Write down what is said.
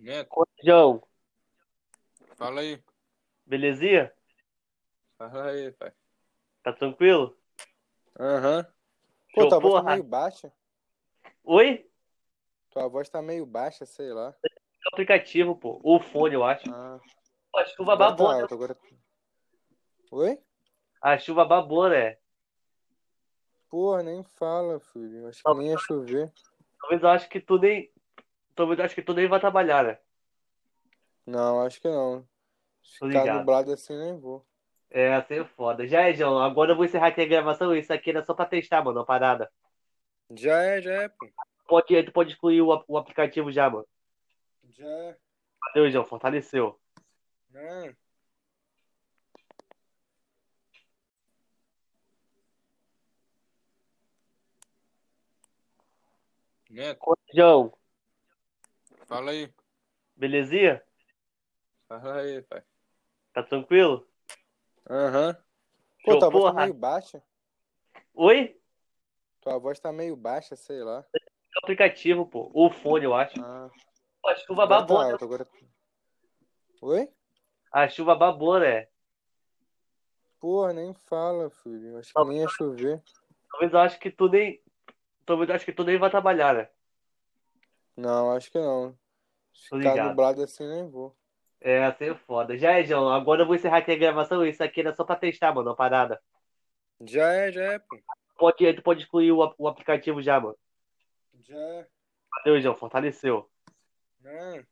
Neto, Oi, João. fala aí. Belezinha? Fala aí, pai. Tá tranquilo? Aham. Show, Pô, tua voz tá porra. meio baixa. Oi? Tua voz tá meio baixa, sei lá. É o aplicativo, pô. Ou o fone, eu acho. Ah, A chuva agora tá babona. alto, agora... Oi? A chuva babona, é. Porra, nem fala, filho. Acho que nem ia chover. Talvez eu acho que tu nem. Talvez eu acho que tu nem vai trabalhar, né? Não, acho que não. Se Tô ficar ligado. nublado assim, nem vou. É, assim é foda. Já é, João. Agora eu vou encerrar aqui a gravação. Isso aqui era só pra testar, mano, a parada. Já é, já é, pô. Pode, tu pode excluir o, ap- o aplicativo já, mano. Já é. Valeu, João. Fortaleceu. Não. Neto, Oi, João. fala aí. Belezinha? Fala aí, pai. Tá tranquilo? Aham. Show, Pô, tua voz tá porra. meio baixa. Oi? Tua voz tá meio baixa, sei lá. É o aplicativo, pô. Ou o fone, eu acho. Ah, A chuva agora tá babona. alto, agora... Oi? A chuva babona, é. Porra, nem fala, filho. Acho que nem ia chover. Talvez eu acho que tu nem. Talvez eu acho que tu nem vai trabalhar, né? Não, acho que não. Se Tô ficar ligado. nublado assim, nem vou. É, assim é foda. Já é, João. Agora eu vou encerrar aqui a gravação. Isso aqui era só pra testar, mano, a parada. Já é, já é, pô. Pode, tu pode excluir o, ap- o aplicativo já, mano. Já é. Valeu, João. Fortaleceu. Não.